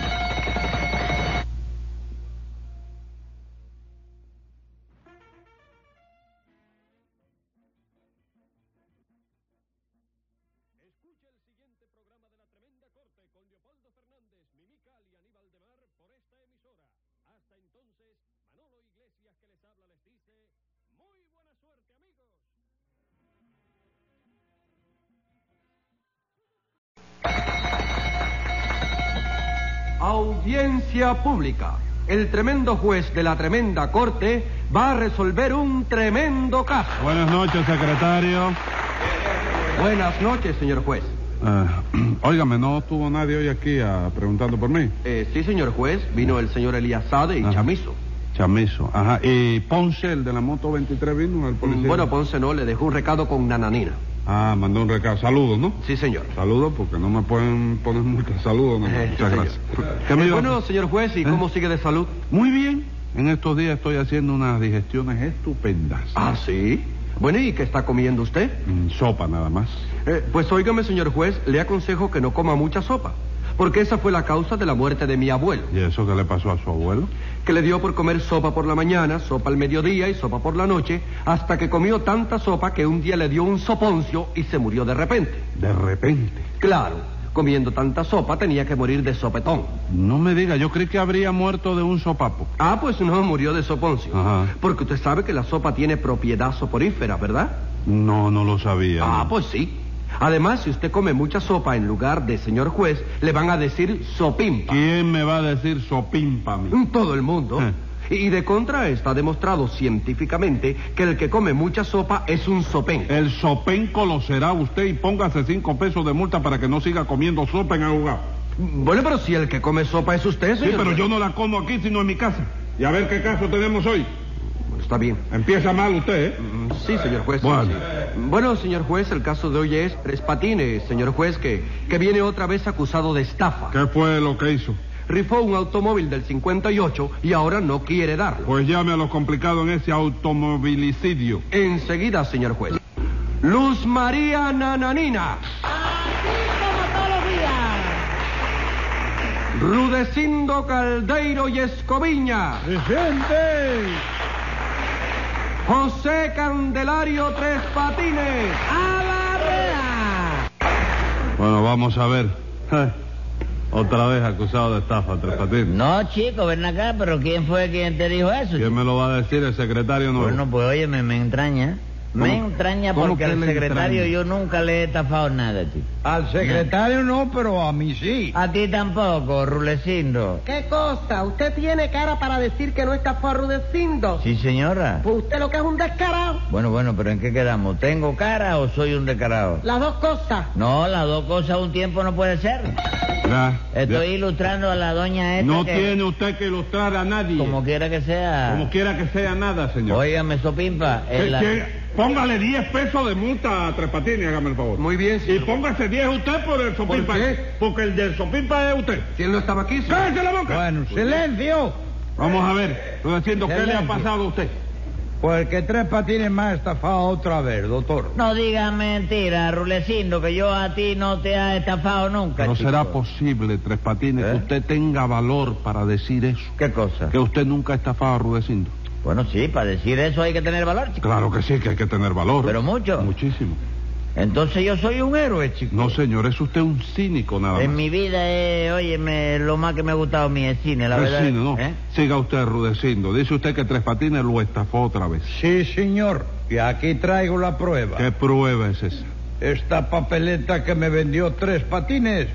Audiencia pública. El tremendo juez de la tremenda corte va a resolver un tremendo caso. Buenas noches, secretario. Buenas noches, señor juez. Ah, óigame, ¿no estuvo nadie hoy aquí ah, preguntando por mí? Eh, sí, señor juez, vino el señor Eliazade y Ajá. Chamizo. Chamizo, ajá. ¿Y Ponce, el de la moto 23, vino el policía? Bueno, Ponce no, le dejó un recado con Nananina. Ah, mandó un recado. Saludos, ¿no? Sí, señor. Saludos, porque no me pueden poner multa. Saludos, no, Eh, muchas sí, gracias. señor. ¿Qué me Eh, iba a- bueno, señor juez, ¿y ¿Eh? cómo sigue de salud? Muy bien. En estos días estoy haciendo unas digestiones estupendas. Ah, sí. Bueno, ¿y qué está comiendo usted? Mm, sopa nada más. Eh, pues óigame, señor juez, le aconsejo que no coma mucha sopa, porque esa fue la causa de la muerte de mi abuelo, ¿Y eso qué le pasó a su abuelo? que le dio por comer sopa por la mañana, sopa al mediodía y sopa por la noche, hasta que comió tanta sopa que un día le dio un soponcio y se murió de repente. De repente. Claro, comiendo tanta sopa tenía que morir de sopetón. No me diga, yo creí que habría muerto de un sopapo. Ah, pues no, murió de soponcio. Ajá. Porque usted sabe que la sopa tiene propiedad soporífera, ¿verdad? No, no lo sabía. Ah, no. pues sí. Además, si usted come mucha sopa en lugar de señor juez, le van a decir sopimpa. ¿Quién me va a decir sopimpa a mí? Mm, Todo el mundo. Eh. Y de contra está demostrado científicamente que el que come mucha sopa es un sopén. El sopenco lo será usted y póngase cinco pesos de multa para que no siga comiendo sopa en ahogado. Bueno, pero si el que come sopa es usted, Sí, señor. pero juez. yo no la como aquí, sino en mi casa. Y a ver qué caso tenemos hoy. Está bien. Empieza mal usted, ¿eh? Mm, Sí, señor juez. Bueno. Sí. Bueno, señor juez, el caso de hoy es Tres Patines, señor juez, que, que viene otra vez acusado de estafa. ¿Qué fue lo que hizo? Rifó un automóvil del 58 y ahora no quiere darlo. Pues llame a lo complicado en ese automovilicidio. Enseguida, señor juez. Luz María Nananina. Rudecindo Caldeiro y Escoviña. José Candelario Tres Patines. Bueno, vamos a ver. Otra vez acusado de estafa, Tres Patines. No, chico, ven acá, pero ¿quién fue quien te dijo eso? ¿Quién chico? me lo va a decir? El secretario nuevo. Bueno, pues oye, me, me entraña. Me ¿Cómo- entraña cómo porque que al le secretario entraña? yo nunca le he estafado nada, chico. Al secretario no, pero a mí sí. A ti tampoco, Rulecindo. ¿Qué cosa? ¿Usted tiene cara para decir que no está forrudeciendo? Sí, señora. Pues usted lo que es un descarado. Bueno, bueno, pero ¿en qué quedamos? ¿Tengo cara o soy un descarado? Las dos cosas. No, las dos cosas a un tiempo no puede ser. Ya, Estoy ya. ilustrando a la doña esta No que, tiene usted que ilustrar a nadie. como quiera que Como sea. quiera que sea nada, señor. Óigame, Sopimpa, Que- en la- que- Póngale 10 pesos de multa a Tres Patines, hágame el favor. Muy bien, Y señor. póngase 10 usted por el Sopimpa. qué? Porque el del Sopimpa es usted. Si él no estaba aquí, señor. ¡Cállese la boca! Bueno, silencio. Vamos a ver, estoy diciendo, ¿qué le ha Silencio. pasado a usted? Porque Tres Patines me ha estafado otra vez, doctor. No digas mentira, Rulecindo, que yo a ti no te ha estafado nunca. No chico. será posible, Tres Patines, que usted tenga valor para decir eso. ¿Qué cosa? Que usted nunca ha estafado a Rudecindo. Bueno, sí, para decir eso hay que tener valor, chico. Claro que sí, que hay que tener valor. Pero mucho. Muchísimo. Entonces yo soy un héroe, chico. No, señor, es usted un cínico nada más. En mi vida, eh, óyeme, lo más que me ha gustado a mí es cine, la Es verdad. cine, no. ¿Eh? Siga usted rudeciendo. Dice usted que Tres Patines lo estafó otra vez. Sí, señor. Y aquí traigo la prueba. ¿Qué prueba es esa? Esta papeleta que me vendió Tres Patines.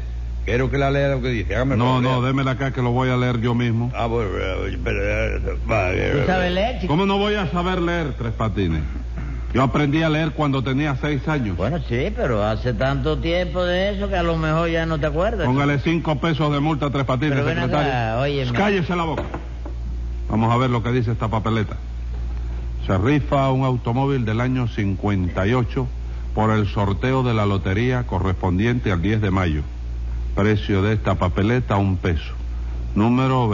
Quiero que la lea lo que dice. Hágame el No, favor, no, lea. démela acá que lo voy a leer yo mismo. Ah, bueno, eh, pero, eh, ¿Tú sabes vale. leer, chico? ¿Cómo no voy a saber leer Tres Patines? Yo aprendí a leer cuando tenía seis años. Bueno, sí, pero hace tanto tiempo de eso que a lo mejor ya no te acuerdas. Póngale cinco pesos de multa a Tres Patines, Pero ven secretario. acá, óyeme. Cállese la boca. Vamos a ver lo que dice esta papeleta. Se rifa un automóvil del año 58 por el sorteo de la lotería correspondiente al 10 de mayo. Precio de esta papeleta, un peso. Número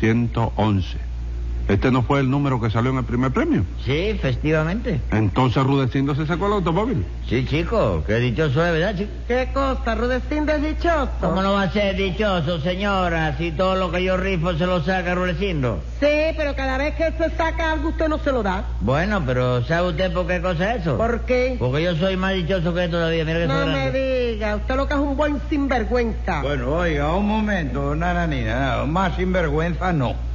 28.111. Este no fue el número que salió en el primer premio. Sí, festivamente. Entonces Rudecindo se sacó el automóvil. Sí, chico, qué dichoso es, ¿verdad, chico? ¿Qué cosa? ¿Rudecindo es dichoso? ¿Cómo no va a ser dichoso, señora, si todo lo que yo rifo se lo saca Rulecindo? Sí, pero cada vez que usted saca algo, usted no se lo da. Bueno, pero ¿sabe usted por qué cosa es eso? ¿Por qué? Porque yo soy más dichoso que él todavía, mira que No soy me grande. diga, usted lo que es un buen sinvergüenza. Bueno, oiga, un momento, nananina. Más sinvergüenza no.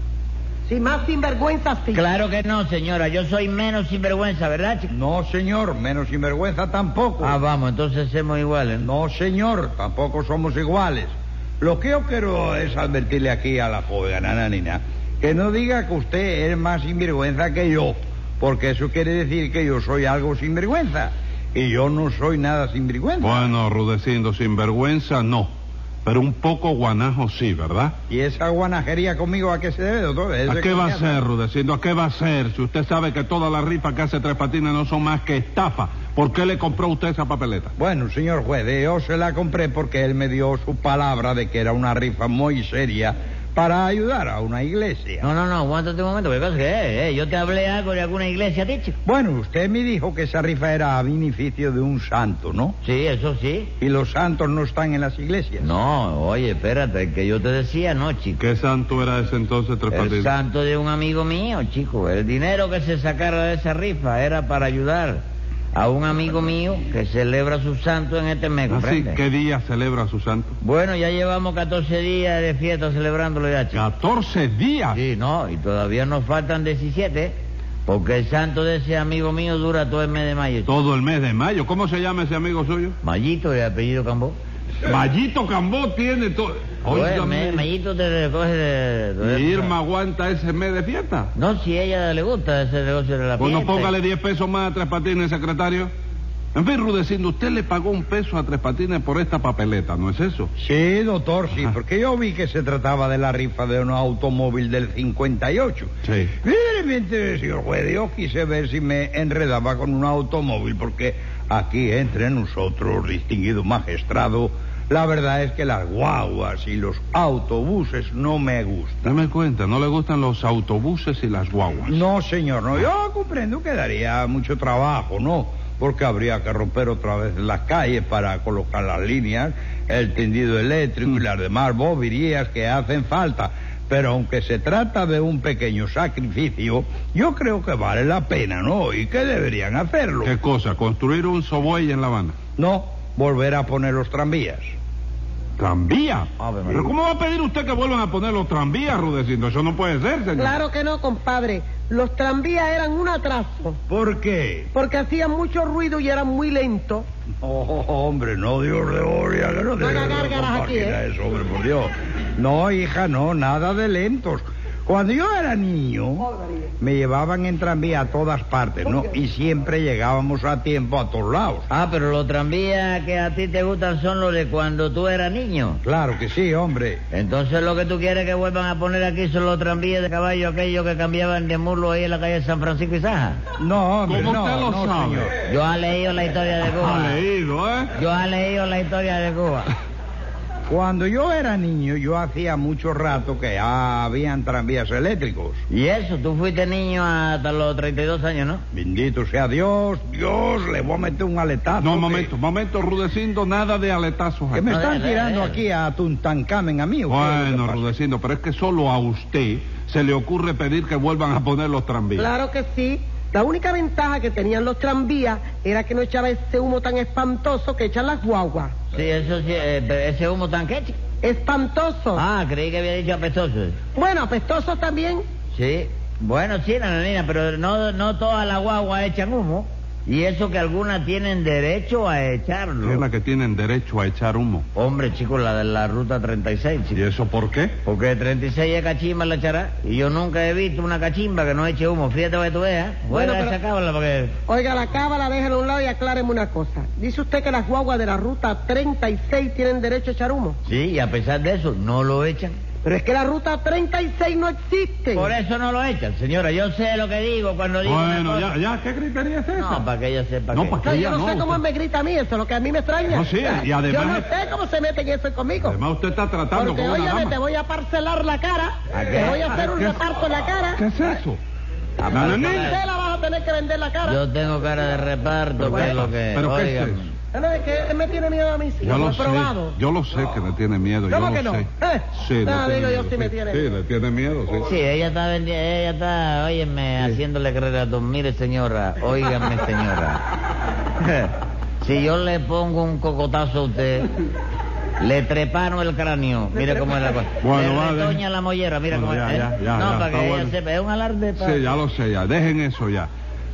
Si más sinvergüenza, sí. Claro que no, señora, yo soy menos sinvergüenza, ¿verdad, chico? No, señor. Menos sinvergüenza tampoco. Ah, vamos, entonces somos iguales. ¿no? No, señor, tampoco somos iguales. Lo que yo quiero es advertirle aquí a la joven Nananina que no diga que usted es más sinvergüenza que yo, porque eso quiere decir que yo soy algo sinvergüenza. Y yo no soy nada sinvergüenza. Bueno, Rudecindo, sinvergüenza no. Pero un poco guanajo sí, ¿verdad? ¿Y esa guanajería conmigo a qué se debe, doctor? ¿Es ¿A de ¿eh? qué va a confianza? ser, Rudecindo? ¿A qué va a ser? Si usted sabe que todas las rifas que hace Tres Patines no son más que estafa, ¿por qué le compró usted esa papeleta? Bueno, señor juez, eh, yo se la compré porque él me dio su palabra de que era una rifa muy seria para ayudar a una iglesia. No, no, no, aguántate un momento, ¿qué cosa que es? eh? Yo te hablé algo de alguna iglesia a ti, chico. Bueno, usted me dijo que esa rifa era a beneficio de un santo, ¿no? Sí, eso sí. Y los santos no están en las iglesias. No, oye, espérate, que yo te decía, no, chico. ¿Qué santo era ese entonces, Tres El Patines? santo de un amigo mío, chico. El dinero que se sacara de esa rifa era para ayudar a un amigo mío que celebra su santo en este mes, Así, ¿comprende? Ah, ¿qué día celebra su santo? Bueno, ya llevamos 14 días de fiesta celebrándolo ya, chico. ¡Catorce días! Sí, no, y todavía nos faltan 17, porque el santo de ese amigo mío dura todo el mes de mayo. chico. Todo el mes de mayo. ¿Cómo se llama ese amigo suyo? Mayito de apellido Cambó. Mallito Cambó tiene todo... Oye, Óigame, me- Mayito te recoge de... de- ¿y Irma aguanta ese mes de fiesta? Pues No, si a ella le gusta ese negocio de la Bueno, fiesta. póngale 10 pesos más a Tres Patines, secretario. En fin, Rudecindo, usted le pagó un peso a Tres Patines por esta papeleta, ¿no es eso? Sí, doctor, sí, porque yo vi que se trataba de la rifa de un automóvil del 58. Sí. Y de repente, señor juez, yo quise ver si me enredaba con un automóvil, porque aquí entre nosotros, distinguido magistrado, la verdad es que las guaguas y los autobuses no me gustan. Dame cuenta, no le gustan los autobuses y las guaguas. No, señor, no. Yo comprendo que daría mucho trabajo, ¿no? Porque habría que romper otra vez las calles para colocar las líneas, el tendido eléctrico Mm. y las demás bobirías que hacen falta. Pero aunque se trata de un pequeño sacrificio, yo creo que vale la pena, ¿no? Y que deberían hacerlo. ¿Qué cosa? ¿Construir un soboy en La Habana? No, volver a poner los tranvías. ¿Tranvía? Ave María. ¿Pero cómo va a pedir usted que vuelvan a poner los tranvías, Rudecindo? Eso no puede ser, señor. Claro que no, compadre. Los tranvías eran un atraso, ¿Por qué? porque hacían mucho ruido y eran muy lentos. No, hombre, no, Dios de gloria. que No, No haga Dios de- gárgaras aquí, Imagina ¿eh? eso, hombre, por Dios. No, hija, no, nada de lentos. Cuando yo era niño, me llevaban en tranvía a todas partes, ¿no? Y siempre llegábamos a tiempo a todos lados. Ah, pero los tranvías que a ti te gustan son los de cuando tú eras niño. Claro que sí, hombre. Entonces lo que tú quieres que vuelvan a poner aquí son los tranvías de caballo aquellos que cambiaban de mulo ahí en la calle San Francisco y Saja. No, hombre, ¿Cómo no, usted lo no, sabe? señor. Yo ha leído la historia de Ha Ah, Cuba. leído, ¿eh? Yo ha leído la historia de Cuba. Cuando yo era niño, yo hacía mucho rato que habían tranvías eléctricos. Y eso, tú fuiste niño hasta los 32 años, ¿no? Bendito sea Dios, Dios, le voy a meter un aletazo. No, que- momento, momento, Rudecindo, nada de aletazos Que aquí. me No, eh, están dale, tirando dale. aquí a Tuntancamen a mí. ¿o qué? Bueno, Rudecindo, pero es que solo a usted se le ocurre pedir que vuelvan a poner los tranvías. Claro que sí. La única ventaja que tenían los tranvías era que no echaba ese humo tan espantoso que echan las guaguas. Sí, eso sí, eh, pero ese humo tan queche. Espantoso. Ah, creí que había dicho apestoso. Bueno, apestoso también. Sí, bueno, sí, nananina, pero no, no todas las guaguas echan humo. Y eso que algunas tienen derecho a Es echarlo. la que tienen derecho a echar humo. Hombre, chico, la de la ruta 36, ¿Y chico. eso por qué? Porque 36 es cachimba la echará. Y yo nunca he visto una cachimba que no eche humo. Fíjate para que tú veas. Bueno, Bueno, pero- esa cábala porque... Oiga, la cábala, déjela a un lado y acláreme una cosa. Dice usted que las guaguas de la ruta 36 tienen derecho a echar humo. Sí, y a pesar de eso, no lo echan. Pero es que la ruta 36 no existe. Por eso no lo echan, señora. Yo sé lo que digo cuando digo una Bueno, ya, cosa. ya, ¿qué criterio es esa? No, para que ella sepa No, que... pa' No, que yo ya no, sé no, cómo usted- me grita a mí eso, lo que a mí me extraña. No, sí, y además Yo no es- sé cómo se meten eso conmigo. Además, usted está tratando Porque, con una óyeme, dama. te voy a parcelar la cara. ¿A qué? Te voy a hacer un ¿Qué? reparto en la cara. ¿Qué es eso? Ah, No, no, para- no. Cancela, vas a tener que vender la cara. Yo tengo cara de reparto, que es lo que... ¿Pero qué es Óigame. eso? No, es que él me tiene miedo a mí, sí, Yo lo lo he sé, probado. yo lo sé que le tiene miedo, yo ¿Cómo lo que no? sé. ¿Eh? Sí, le No, tiene digo yo miedo, sí me tiene Sí, miedo. le tiene miedo, sí. Sí, ella está, vendi- ella está, óyeme, haciéndole creer a dos. Mire, señora, óigame, señora. si yo le pongo un cocotazo a usted, le trepano el cráneo. Mire cómo es la cosa. Bueno, le vale. retoña la mollera, mira Bueno, cómo ya, es. ¿eh? ya, ya, ya, no, para está que ella bueno. sepa, es un alarde. pa- Sí, ya lo sé, ya. Dejen eso ya.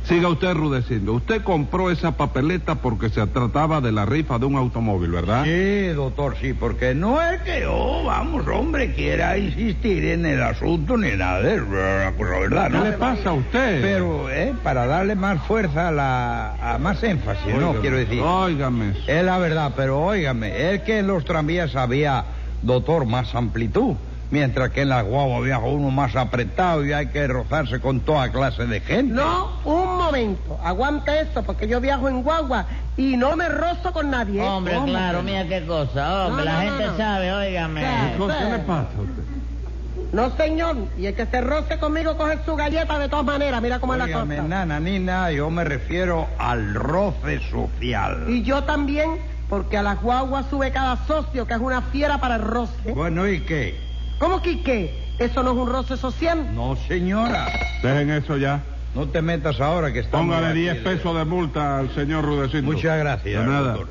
Siga usted rudeciendo. Usted compró esa papeleta porque se trataba de la rifa de un automóvil, ¿verdad? Sí, doctor, sí, porque no es que yo, vamos, hombre, quiera insistir en el asunto ni nada de eso, la cosa, ¿verdad? ¿Qué ¿no? le pasa a usted? Pero, eh, para darle más fuerza a la... a más énfasis, Óigame, ¿no? Quiero decir. Óigame. Es la verdad, pero óigame, es que en los tranvías había, doctor, más amplitud. Mientras que en las guaguas había uno más apretado y hay que rozarse con toda clase de gente. No, un momento, aguante eso, porque yo viajo en guagua y no me rozo con nadie. ¿eh? Hombre, claro, mira qué cosa. Hombre, No, la no, no, gente no. sabe, óigame. Claro. ¿Qué le pasa a usted? No, señor, y el que se roce conmigo coge su galleta de todas maneras, mira cómo Óigame, es la cosa. nana, nina, yo me refiero al roce social. Y yo también, porque a las guaguas sube cada socio, que es una fiera para el roce. Bueno, ¿y qué? ¿Cómo que qué? ¿Eso no es un roce social? No, señora, Dejen eso ya. no te metas ahora que estamos... Póngale aquí, 10 de- pesos de multa al señor Rudecindo. Muchas gracias, De nada. doctor.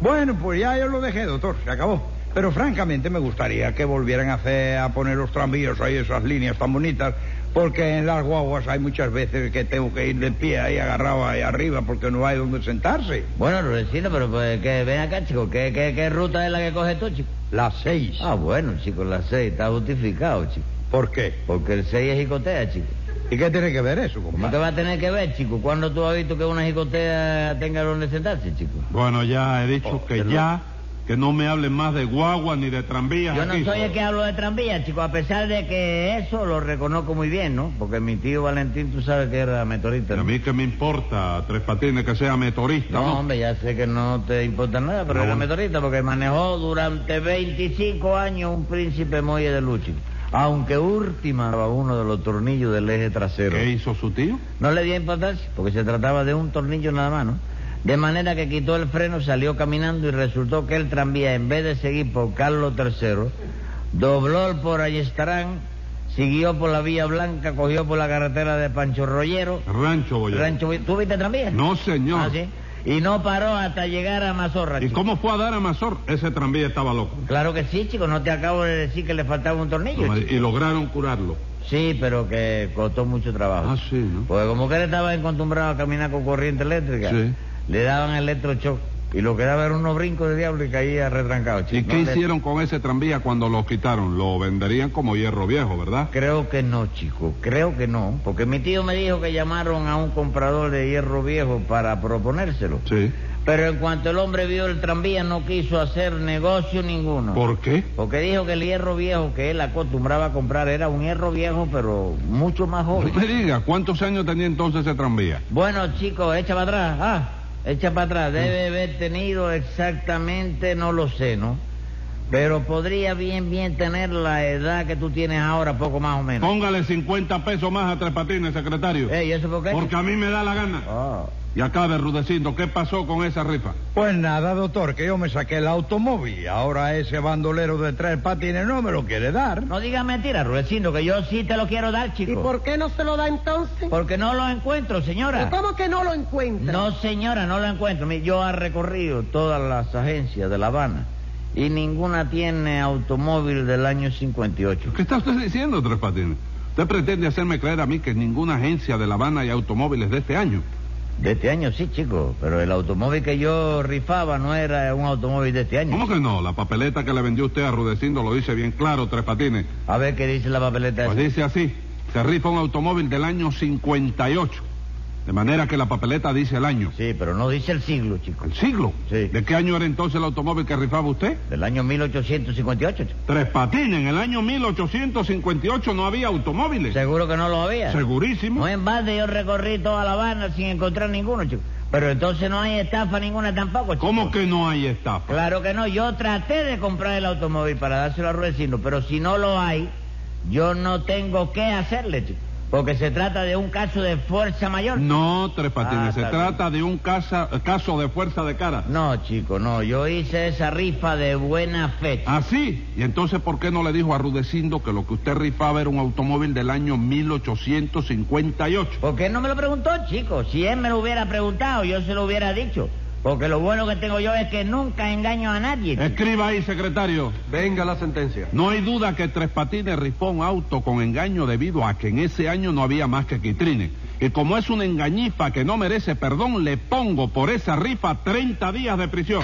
Bueno, pues ya yo lo dejé, doctor, se acabó. Pero francamente me gustaría que volvieran a, hacer, a poner los tranvías ahí, esas líneas tan bonitas, porque en las guaguas hay muchas veces que tengo que ir de pie ahí agarrado ahí arriba porque no hay donde sentarse. Bueno, Rudecindo, pero pues, que ven acá, chico. ¿Qué, qué, ¿Qué ruta es la que coges tú, chico? Las seis. Ah, bueno, chico, la 6 está justificado, chico. ¿Por qué? Porque el 6 es jicotea, chico. ¿Y qué tiene que ver eso, ¿Cómo compadre? que va a tener que ver, chico? ¿Cuándo tú has visto que una jicotea tenga donde sentarse, chico? Bueno, ya he dicho Oh, que perdón. ya, que no me hablen más de guagua ni de tranvías Yo no aquí. soy el que hablo de tranvía, chico, a pesar de que eso lo reconozco muy bien, ¿no? Porque mi tío Valentín, tú sabes que era meteorista. A ¿no? mí que me importa, Tres Patines, que sea meteorista, No, ¿no? hombre, ya sé que no te importa nada, pero No, era bueno. meteorista porque manejó durante 25 años un príncipe muelle de lucha. Aunque ultimaba uno de los tornillos del eje trasero. ¿Qué hizo su tío? No le dio importancia porque se trataba de un tornillo nada más, ¿no? De manera que quitó el freno, salió caminando y resultó que el tranvía, en vez de seguir por Carlos III, dobló por Ayestarán, siguió por la Vía Blanca, cogió por la carretera de Pancho Rollero. Rancho Boyero. Rancho, Vi- ¿Tú viste el tranvía? No, señor. Ah, ¿sí? Y no paró hasta llegar a Mazorra. ¿Y chico. cómo fue a dar a Mazor? Ese tranvía estaba loco. Claro que sí, chico, no te acabo de decir que le faltaba un tornillo. No me- chico. y lograron curarlo. Sí, pero que costó mucho trabajo. Ah, sí, ¿no? Porque como que él estaba acostumbrado a caminar con corriente eléctrica, Sí. le daban electrochoc y lo que daba era unos brincos de diablo y caía retrancado. chico. ¿Y No qué le- hicieron con ese tranvía cuando lo quitaron? Lo venderían como hierro viejo, ¿verdad? Creo que no, chico, creo que no. Porque mi tío me dijo que llamaron a un comprador de hierro viejo para proponérselo. Sí. Pero en cuanto el hombre vio el tranvía no quiso hacer negocio ninguno. ¿Por qué? Porque dijo que el hierro viejo que él acostumbraba a comprar era un hierro viejo, pero mucho más No joven. me diga, ¿cuántos años tenía entonces ese tranvía? Bueno, chicos, echa para atrás. Ah, echa para atrás. Debe haber tenido exactamente, no lo sé, ¿no? Pero podría bien, bien tener la edad que tú tienes ahora, poco más o menos. Póngale 50 pesos más a Tres Patines, secretario. Ey, ¿y eso por qué? Porque a mí me da la gana. Ah. Y acá, Berrudecindo, ¿qué pasó con esa rifa? Pues nada, doctor, que yo me saqué el automóvil. Ahora ese bandolero de tres patines no me lo quiere dar. No digas mentiras, Ruecino, que yo sí te lo quiero dar, chico. ¿Y por qué no se lo da entonces? Porque no lo encuentro, señora. ¿Y cómo que no lo encuentra? No, señora, no lo encuentro. Mire, Yo he recorrido todas las agencias de La Habana y ninguna tiene automóvil del año 58. ¿Qué está usted diciendo, Tres Patines? Usted pretende hacerme creer a mí que ninguna agencia de La Habana hay automóviles de este año. De este año sí, chico, pero el automóvil que yo rifaba no era un automóvil de este año. ¿Cómo que no? La papeleta que le vendió usted a Rudecindo lo dice bien claro, Tres Patines. A ver qué dice la papeleta Pues esa. dice así, se rifa un automóvil del año 58. De manera que la papeleta dice el año. Sí, pero no dice el siglo, chico. ¿El siglo? Sí. ¿De qué año era entonces el automóvil que rifaba usted? Del año 1858, chico. Tres Patines, en el año 1858 no había automóviles. Seguro que no lo había. Segurísimo. No en balde yo recorrí toda La Habana sin encontrar ninguno, chico. Pero entonces no hay estafa ninguna tampoco, chico. ¿Cómo que no hay estafa? Claro que no, yo traté de comprar el automóvil para dárselo a Ruecino, pero si no lo hay, yo no tengo qué hacerle, chico. Porque se trata de un caso de fuerza mayor. No, Tres Patines, Ah, se está trata de un casa- caso de fuerza de cara. No, chico, no. Yo hice esa rifa de buena fe. chico. ¿Ah, sí? ¿Y entonces por qué no le dijo a Rudecindo que lo que usted rifaba era un automóvil del año 1858? ¿Por qué no me lo preguntó, chico? Si él me lo hubiera preguntado, yo se lo hubiera dicho. Porque lo bueno que tengo yo es que nunca engaño a nadie. chico. Escriba ahí, secretario. Venga la sentencia. No hay duda que Tres Patines rifó un auto con engaño debido a que en ese año no había más que quitrines. Y como es una engañifa que no merece perdón, le pongo por esa rifa 30 días de prisión.